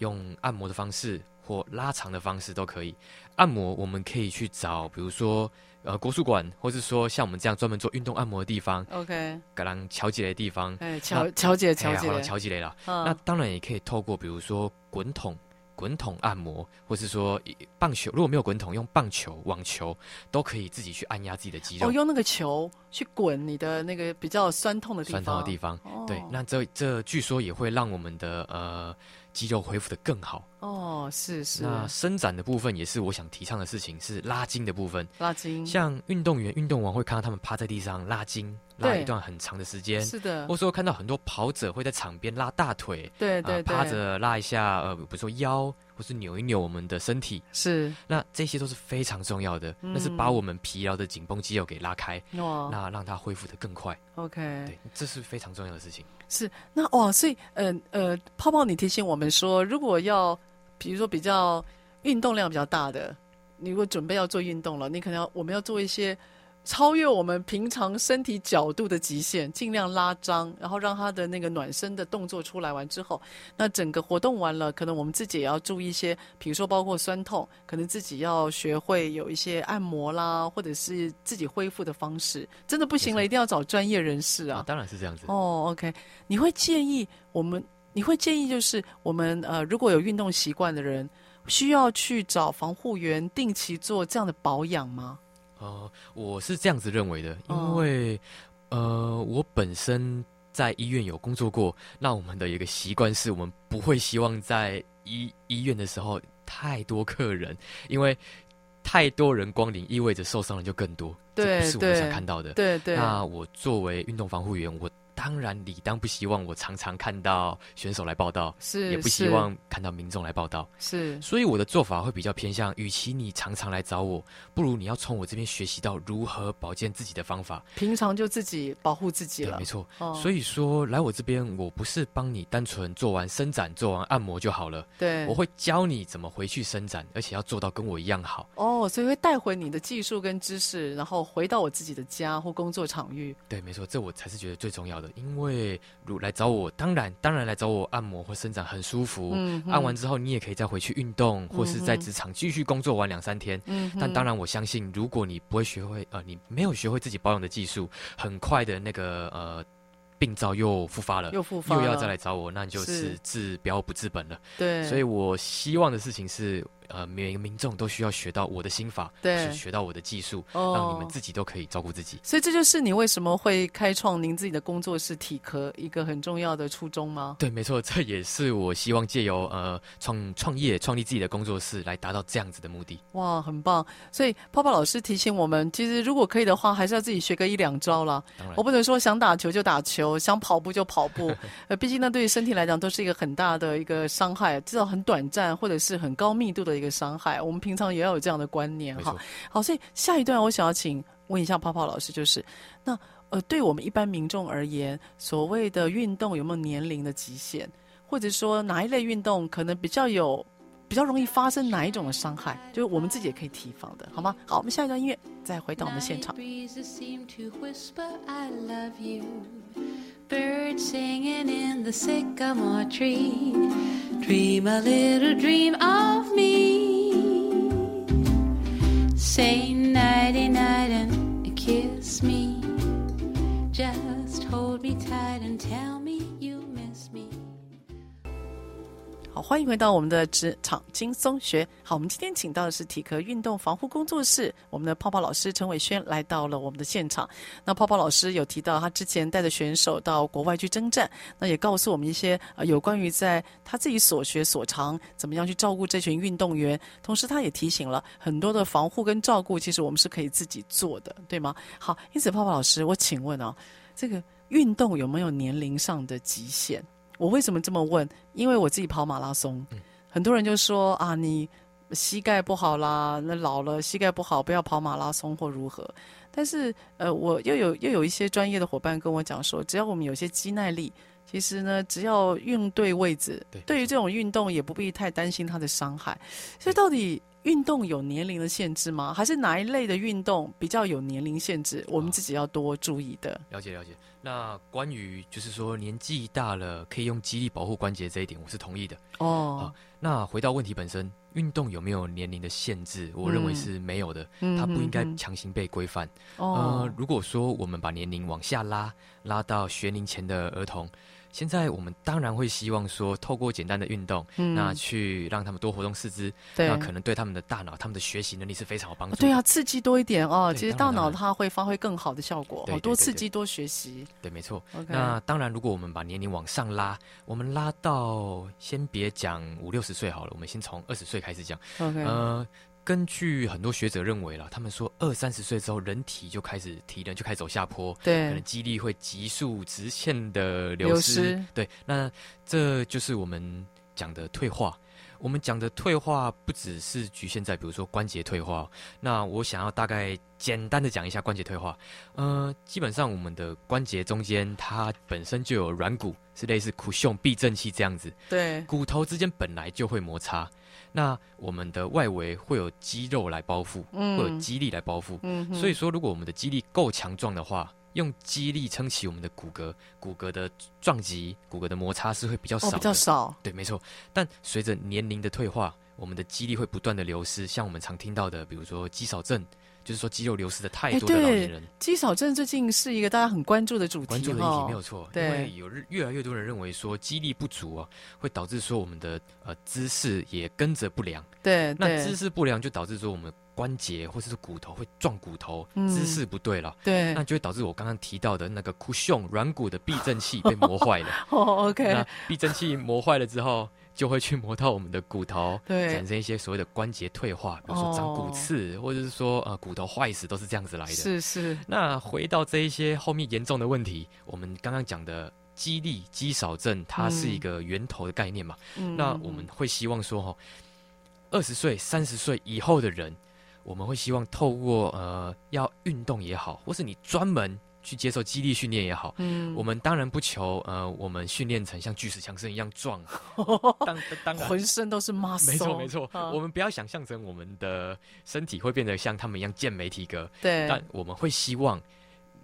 用按摩的方式，或拉长的方式都可以。按摩我们可以去找，比如说呃国术馆，或是说像我们这样专门做运动按摩的地方，
OK，
改良乔几类的地方。
哎，乔乔姐，
哎
乔
呀
姐
好，了，乔几类了。
嗯
那当然也可以透过比如说滚筒、滚筒按摩，或是说一棒球，如果没有滚筒，用棒球、网球都可以自己去按压自己的肌肉
哦，，用那个球去滚你的那个比较酸痛的地方，
酸痛的地方。
哦
对，那这这据说也会让我们的呃肌肉恢复的更好。
哦，是是，
那伸展的部分也是我想提倡的事情，是拉筋的部分。
拉筋，
像运动员、运动完会看到他们趴在地上拉筋，拉
对
一段很长的时间，
是的
或，者说看到很多跑者会在场边拉大腿，
对
啊、
对对，
趴着拉一下，呃，比如说腰，或是扭一扭我们的身体，
是
那这些都是非常重要
嗯
的，那是把我们疲劳的紧绷肌肉给拉开，
哇
那让它恢复的更快，
，OK，
对，这是非常重要的事情。
是那哇，所以呃呃，泡泡，你提醒我们说，如果要比如说比较运动量比较大的，你如果准备要做运动了，你可能要我们要做一些超越我们平常身体角度的极限，尽量拉张，然后让他的那个暖身的动作出来完之后，那整个活动完了，可能我们自己也要注意一些，比如说包括酸痛，可能自己要学会有一些按摩啦，或者是自己恢复的方式。真的不行了，
没错
一定要找专业人士啊
啊，。当然是这样子。
哦，OK，你会建议我们，你会建议就是我们呃，如果有运动习惯的人，需要去找防护员定期做这样的保养吗？
呃，我是这样子认为的，
哦
因为、呃，我本身在医院有工作过，那我们的有一个习惯是我们不会希望在医医院的时候太多客人，因为太多人光临意味着受伤人就更多，
对
这不是我们
对
想看到的。
对对，
那我作为运动防护员，我当然理当不希望我常常看到选手来报道，
是
也不希
是
望看到民众来报道。
是
所以我的做法会比较偏向，与其你常常来找我，不如你要从我这边学习到如何保健自己的方法。
平常就自己保护自己
对，
了
没。错。
哦
所以说来我这边，我不是帮你单纯做完伸展、做完按摩就好了，
对，
我会教你怎么回去伸展，而且要做到跟我一样好。
哦，所以会带回你的技术跟知识，然后回到我自己的家或工作场域。
对，没错，这我才是觉得最重要的，因为如来找我，当然当然来找我按摩或伸展很舒服，
嗯哼
按完之后你也可以再回去运动，或是在职场继续工作完两三天。
嗯哼，
但当然，我相信如果你不会学会，呃，你没有学会自己保养的技术，很快的那个呃病灶又复发了，
又复发
要
了
再来找我，那就是是治标不治本了。
对，
所以我希望的事情是，呃，每个民众都需要学到我的心法，
对
是学到我的技术，让
哦
你们自己都可以照顾自己。
所以这就是你为什么会开创您自己的工作室体科一个很重要的初衷吗？
对，没错， 这也是我希望借由呃创创业、创立自己的工作室来达到这样子的目的。
哇，很棒！所以泡泡老师提醒我们，其实如果可以的话，还是要自己学个一两招啦。
当然
我，不能说想打球就打球，想跑步就跑步， 呃，毕竟那对于身体来讲都是一个很大的一个伤害，至少很短暂或者是很高密度的一个伤害。我们平常也要有这样的观念
没
哈
错。。
好，所以下一段我想要请问一下泡泡老师，就是那呃，对我们一般民众而言，所谓的运动有没有年龄的极限，或者说哪一类运动可能比较有比较容易发生哪一种的伤害，就是我们自己也可以提防的，好吗？好，我们下一段音乐再回到我们现场
Night。breezes seem to whisper, I love you. Birds singing in the sycamore tree. Dream a little dream of me. Say nighty night and kiss me. Just hold me tight and tell me you miss me.
好，欢迎回到我们的职场轻松学。好，我们今天请到的是体壳运动防护工作室，我们的泡泡老师陈伟轩来到了我们的现场。那泡泡老师有提到，他之前带着选手到国外去征战，那也告诉我们一些呃有关于在他自己所学所长怎么样去照顾这群运动员。同时，他也提醒了很多的防护跟照顾，其实我们是可以自己做的，对吗？好，因此泡泡老师，我请问啊，这个运动有没有年龄上的极限？我为什么这么问？因为我自己跑马拉松，
嗯
很多人就说啊，你膝盖不好啦，那老了膝盖不好，不要跑马拉松或如何。但是呃，我又有又有一些专业的伙伴跟我讲说，只要我们有些肌耐力，其实呢，只要用对位置，
对
对于这种运动也不必太担心它的伤害。所以到底运动有年龄的限制吗？还是哪一类的运动比较有年龄限制？
哦
我们自己要多注意的。
了解了解。那关于就是说年纪大了可以用肌力保护关节这一点，我是同意的。
哦
那回到问题本身，运动有没有年龄的限制，我认为
嗯
是没有的，
嗯
哦它不应该
哼哼
强行被规范。
哦
呃，，如果说我们把年龄往下拉，拉到学龄前的儿童，现在我们当然会希望说，透过简单的运动，
嗯
那去让他们多活动四肢，
对
那可能对他们的大脑、他们的学习能力是非常有帮助
哦
的。
对啊，，刺激多一点哦，
对
其实大
当然
脑
当然
它会发挥更好的效果，
对
哦
对
多
对
刺
对
激多学习。
对，没错。
OK，
那当然，如果我们把年龄往上拉，我们拉到先别讲五六十岁好了，我们先从二十岁开始讲。
OK，
呃，根据很多学者认为啦，他们说二三十岁之后，人体就开始体能就开始走下坡，可能
对，
肌力会急速直线的
流
流失。
失
对，那这就是我们讲的退化。我们讲的退化不只是局限在比如说关节退化哦，那我想要大概简单的讲一下关节退化。呃，基本上我们的关节中间它本身就有软骨，是类似苦胸避震器这样子，
对，
骨头之间本来就会摩擦。那我们的外围会有肌肉来包覆，会有
嗯
肌力来包覆。
嗯哼，
所以说，如果我们的肌力够强壮的话，用肌力撑起我们的骨骼，骨骼的撞击、骨骼的摩擦是会比较少
哦
的。
比较少，
对，没错。但随着年龄的退化，我们的肌力会不断的流失，像我们常听到的，比如说肌少症，就是说肌肉流失的太
哎
多的老
对
年人。
肌少症最近是一个大家很关注的主题，哦
关注的议题
哈
没有错，因
对
为有日越来越多人认为说肌力不足啊，会导致说我们的呃姿势也跟着不良。
对
那姿
对
势不良就导致说我们关节或者是骨头会撞骨头，
嗯
姿势不对了。
对
那就会导致我刚刚提到的那个 cushion 软骨的避震器被磨坏了。
哦
那
，OK，
避震器磨坏了之后，就会去磨到我们的骨头，
对
产生一些所谓的关节退化，比如说长骨
哦
刺，或者是说呃骨头坏死，都是这样子来的。
是是，
那回到这一些后面严重的问题，我们刚刚讲的肌力肌少症，它是一
嗯
个源头的概念嘛？
嗯
那 我们会希望说，哈，二十岁、三十岁以后的人，我们会希望透过呃，要运动也好，或是你专门去接受肌力训练也好，
嗯
我们当然不求呃，我们训练成像巨石强森一样壮， 当当然。
浑身都是 muscle，
没错，没错，
啊
我们不要想象成我们的身体会变得像他们一样健美体格，
对，
但我们会希望，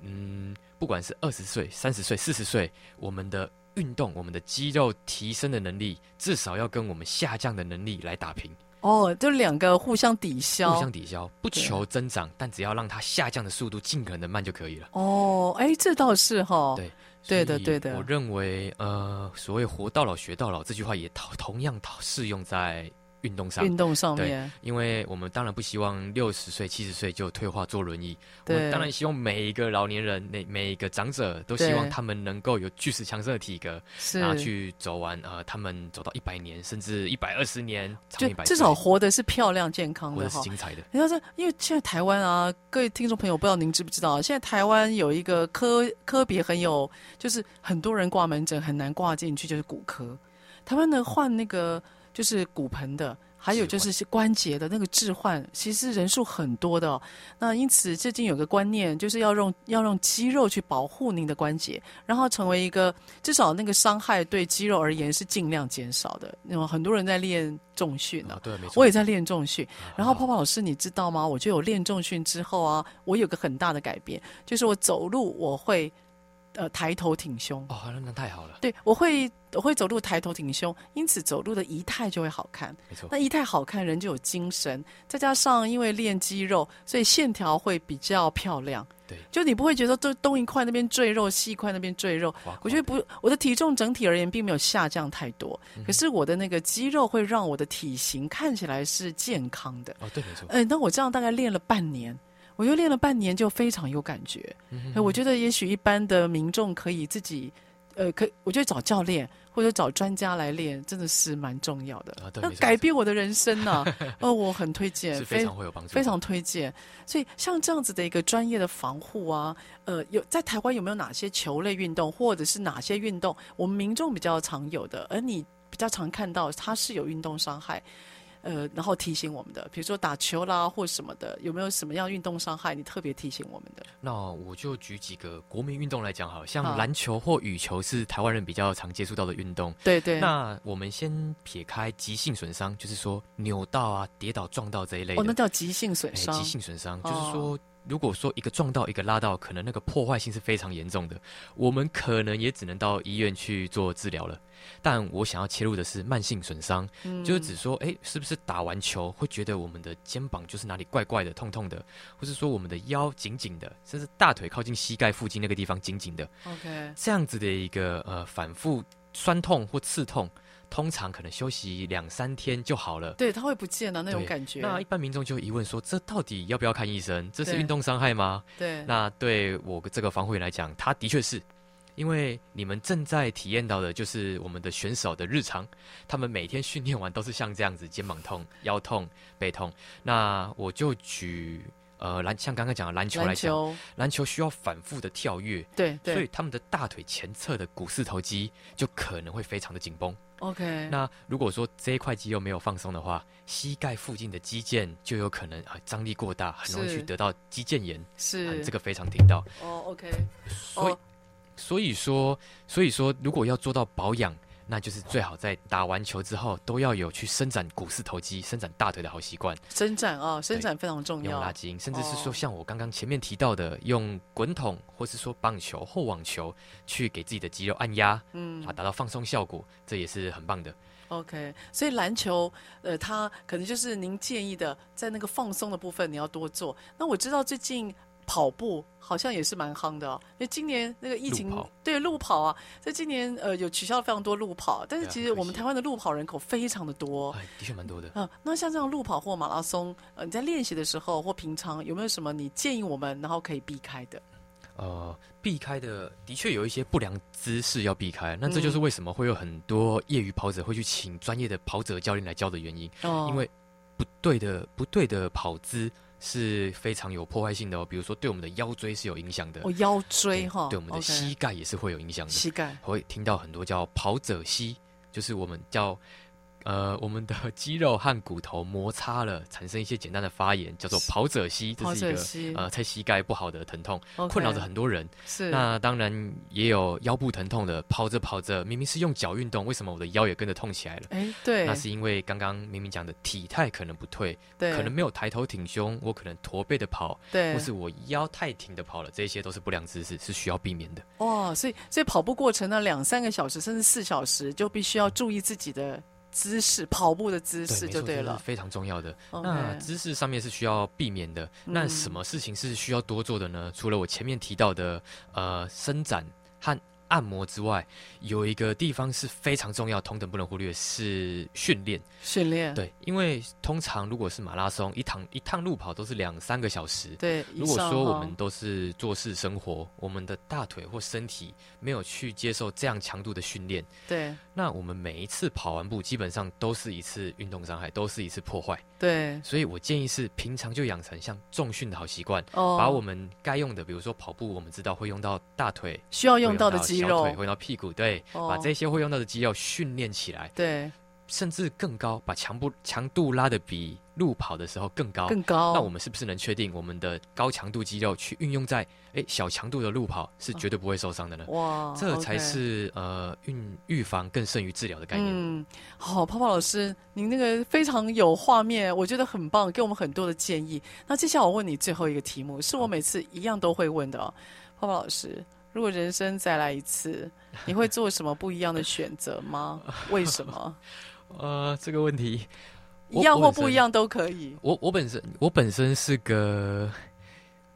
嗯，不管是二十岁、三十岁、四十岁，我们的运动、我们的肌肉提升的能力，至少要跟我们下降的能力来打平，
哦，就两个互相抵消，
互相抵消，不求增长，但只要让它下降的速度尽可能的慢就可以了。
哦，哎，这倒是哈，
对
对的
所以
对的
我认为，呃，所谓“活到老学到老”这句话也同同样套适用在运动上。
运动上
对
面，
因为我们当然不希望六十岁、七十岁就退化坐轮椅，我
对
们当然希望每一个老年人、每每一个长者都
对
希望他们能够有巨石强森的体格，
是
然后去走完呃，他们走到一百年甚至一百二十年，长
就
命百
至
岁
少活的是漂亮健康
活
的
得是
哈。
精彩的。
你要哎是因为现在台湾啊，各位听众朋友，不知道您知不知道，现在台湾有一个科科别很有，就是很多人挂门诊很难挂进去，就是骨科。台湾的患那个就是骨盆的，还有就是是关节的那个置换，其实人数很多的哦、那因此最近有个观念，就是要用要用肌肉去保护您的关节，然后成为一个至少那个伤害对肌肉而言是尽量减少的。那么很多人在练重训呢、
啊，对，没错，
嗯我也在练重训，然后
啊
泡泡老师，你知道吗？我就有练重训之后啊，我有个很大的改变，就是我走路我会呃抬头挺胸，
哦，那那太好了，
对我会我会走路抬头挺胸，因此走路的仪态就会好看。
没错
那。仪态好看，人就有精神，再加上因为练肌肉，所以线条会比较漂亮。
对
就你不会觉得这东一块那边赘肉，西一块那边赘肉
滑。
我觉得不，我的体重整体而言并没有下降太多，
嗯
可是我的那个肌肉会让我的体型看起来是健康的。
哦，对，没错。
哎，那我这样大概练了半年，我又练了半年，就非常有感觉。
嗯
哎，我觉得也许一般的民众可以自己，呃，可我觉得找教练或者找专家来练，真的是蛮重要的。
啊对
那
没错
改
没错
变我的人生 呢、呃，我很推荐，
是非常会有帮助的，
非常推荐。所以像这样子的一个专业的防护啊，呃，有在台湾有没有哪些球类运动，或者是哪些运动我们民众比较常有的，而你比较常看到它是有运动伤害，呃，然后提醒我们的，比如说打球啦或什么的，有没有什么样运动伤害你特别提醒我们的？
那我就举几个国民运动来讲好了，像
好
篮球或羽球是台湾人比较常接触到的运动。
对对，
那哎我们先撇开急性损伤，就是说扭到啊、跌倒、撞到这一类
哦，那
的，
叫急性损
哎
伤。
急性损伤、
哦
就是说如果说一个撞到一个拉到，可能那个破坏性是非常严重的，我们可能也只能到医院去做治疗了。但我想要切入的是慢性损伤，
嗯
就是指说，诶，是不是打完球会觉得我们的肩膀就是哪里怪怪的、痛痛的，或是说我们的腰紧紧的，甚至大腿靠近膝盖附近那个地方紧紧的，
OK，
这样子的一个呃反复酸痛或刺痛，通常可能休息两三天就好了。
对，它会不见啊的那种
对
感觉。
那一般民众就会疑问说，这到底要不要看医生？这是
对
运动伤害吗？
对，
那对我这个防护员来讲，他的确是，因为你们正在体验到的就是我们的选手的日常，他们每天训练完都是像这样子，肩膀痛、腰痛、背痛。那我就举呃篮，像刚刚讲的篮球来
篮
讲，
球，
篮球需要反复的跳跃，
对
所以
对
他们的大腿前侧的股四头肌就可能会非常的紧绷。
，OK，
那如果说这一块肌肉没有放松的话，膝盖附近的肌腱就有可能啊张力过大，很容易
是
去得到肌腱炎，啊
是
这个非常听到。
哦，OK，
所以、
哦
所以说，所以说，如果要做到保养，那就是最好在打完球之后都要有去伸展股四头肌、伸展大腿的好习惯，
伸展啊，伸展非常重
用拉
要。
筋，甚至是
哦
说像我刚刚前面提到的，用滚筒或是说棒球或网球去给自己的肌肉按压，
嗯
啊，达到放松效果，这也是很棒的。
，OK，所以篮球，呃，它可能就是您建议的，在那个放松的部分你要多做。那我知道最近。跑步好像也是蛮夯的、哦，因为今年那个疫
路
情
跑
对路跑啊，在今年呃有取消了非常多路跑，但是
对啊
其
很
实
可
我们
惜
台湾的路跑人口非常的多，
哎，的确蛮多的。
嗯，那像这样路跑或马拉松，呃，你在练习的时候或平常有没有什么你建议我们然后可以避开的？
呃，避开的的确有一些不良姿势要避开，那这就是
嗯
为什么会有很多业余跑者会去请专业的跑者教练来教的原因。
哦
因为不对的不对的跑姿是非常有破坏性的哦，比如说对我们的腰椎是有影响的，
哦腰椎哈，
呃对我们的
OK，
膝盖也是会有影响的。
膝盖，
会听到很多叫跑者膝，就是我们叫呃我们的肌肉和骨头摩擦了，产生一些简单的发炎，叫做跑者膝，
跑
这
者
是
膝
一个呃在膝盖不好的疼痛
OK
困扰着很多人。
是
那当然也有腰部疼痛的，跑着跑着明明是用脚运动，为什么我的腰也跟着痛起来了？
哎对，
那是因为刚刚明明讲的体态可能不对，
对
可能没有抬头挺胸，我可能驼背的跑，
对
或是我腰太挺的跑了，这些都是不良姿势，是需要避免的。
哇，所以所以跑步过程呢两三个小时甚至四小时就必须要注意自己的姿势，跑步的姿势
没
就
错，
对
这是
了。哦
非常重要的。
OK 嗯
那姿势上面是需要避免的。那什么事情是需要多做的呢？除了我前面提到的呃伸展和按摩之外，有一个地方是非常重要，同等不能忽略是训练。
训练
对，因为通常如果是马拉松，一趟一趟路跑都是两三个小时。
对，以
如果
上
说
哈
我们都是做事生活，我们的大腿或身体没有去接受这样强度的训练，
对
那我们每一次跑完步，基本上都是一次运动伤害，都是一次破坏。
对
所以我建议是平常就养成像重训的好习惯，
哦，
把我们该用的，比如说跑步，我们知道会用到大腿，
需要
会
用到的肌
小
肉
腿，会用到屁股，对，
哦
把这些会用到的肌肉训练起来，
对
甚至更高，把强不强度拉得比路跑的时候更高。
更高。
那我们是不是能确定我们的高强度肌肉去运用在诶小强度的路跑是绝对不会受伤的呢？
哇，
这才
哦 OK
是呃预预防更胜于治疗的概念。
嗯，好，泡泡老师，您那个非常有画面，我觉得很棒，给我们很多的建议。那接下来我问你最后一个题目，是我每次一样都会问的、哦，泡泡老师，如果人生再来一次，你会做什么不一样的选择吗？为什 么？
呃，这个问题
一样或
不
不一样都可以。
我我本身我本身是个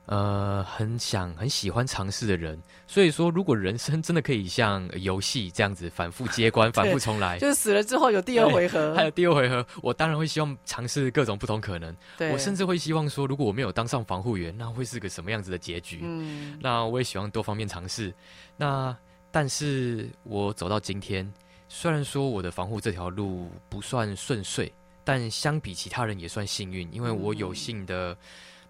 呃很想很喜欢尝试的人，所以说如果人生真的可以像呃游戏这样子反复 接关、反复重来，
就是死了之后有第二回合
哎还，有第二回合，我当然会希望尝试各种不同可能。
对，
我甚至会希望说，如果我没有当上防护员，那会是个什么样子的结局？
嗯，
那我也喜欢多方面尝试。那但是我走到今天，虽然说我的防护这条路不算顺遂，但相比其他人也算幸运，因为我有幸的，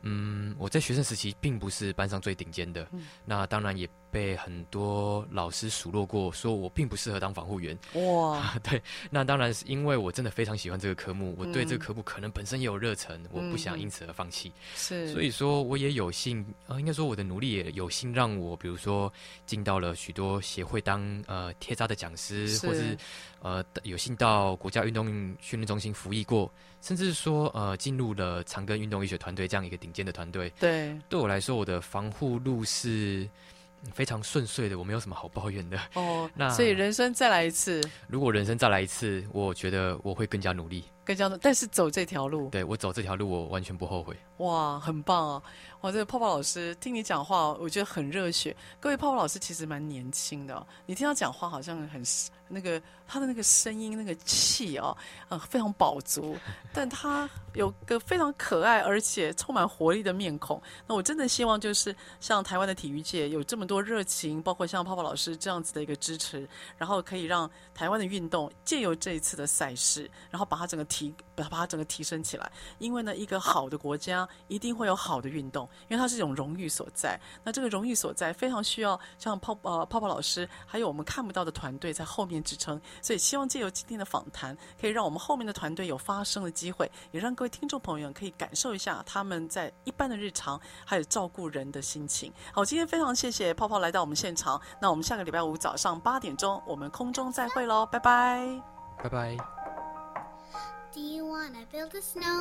嗯，我在学生时期并不是班上最顶尖的，那当然也被很多老师数落过，说我并不适合当防护员。
哇，
对，那当然是因为我真的非常喜欢这个科目，我对这个科目可能本身也有热忱，我不想因此而放弃。
是，
所以说，我也有幸，呃，应该说我的努力也有幸让我，比如说进到了许多协会当呃贴扎的讲师，
是
或是呃有幸到国家运动训练中心服役过，甚至说呃进入了长庚运动医学团队这样一个顶尖的团队。
对，
对我来说，我的防护路是嗯非常顺遂的，我没有什么好抱怨的。
哦，
那
所以人生再来一次，
如果人生再来一次，我觉得我会更加努力。
更加的，但是走这条路，
对我走这条路，我完全不后悔。
哇，很棒哦！哇，这个泡泡老师听你讲话，我觉得很热血。各位泡泡老师其实蛮年轻的、哦，你听他讲话好像很那个他的那个声音那个气哦，呃，非常饱足， 但他有个非常可爱而且充满活力的面孔。那我真的希望就是像台湾的体育界有这么多热情，包括像泡泡老师这样子的一个支持，然后可以让台湾的运动借由这一次的赛事，然后把它整个提把把它整个提升起来。因为呢，一个好的国家一定会有好的运动，因为它是一种荣誉所在。那这个荣誉所在非常需要像泡呃泡泡老师，还有我们看不到的团队在后面支撑。所以希望借由今天的访谈，可以让我们后面的团队有发声的机会，也让各位听众朋友可以感受一下他们在一般的日常，还有照顾人的心情。好，今天非常谢谢泡泡来到我们现场。那我们下个礼拜五早上八点钟，我们空中再会喽，拜拜。
拜拜。
Do you want to build a snow?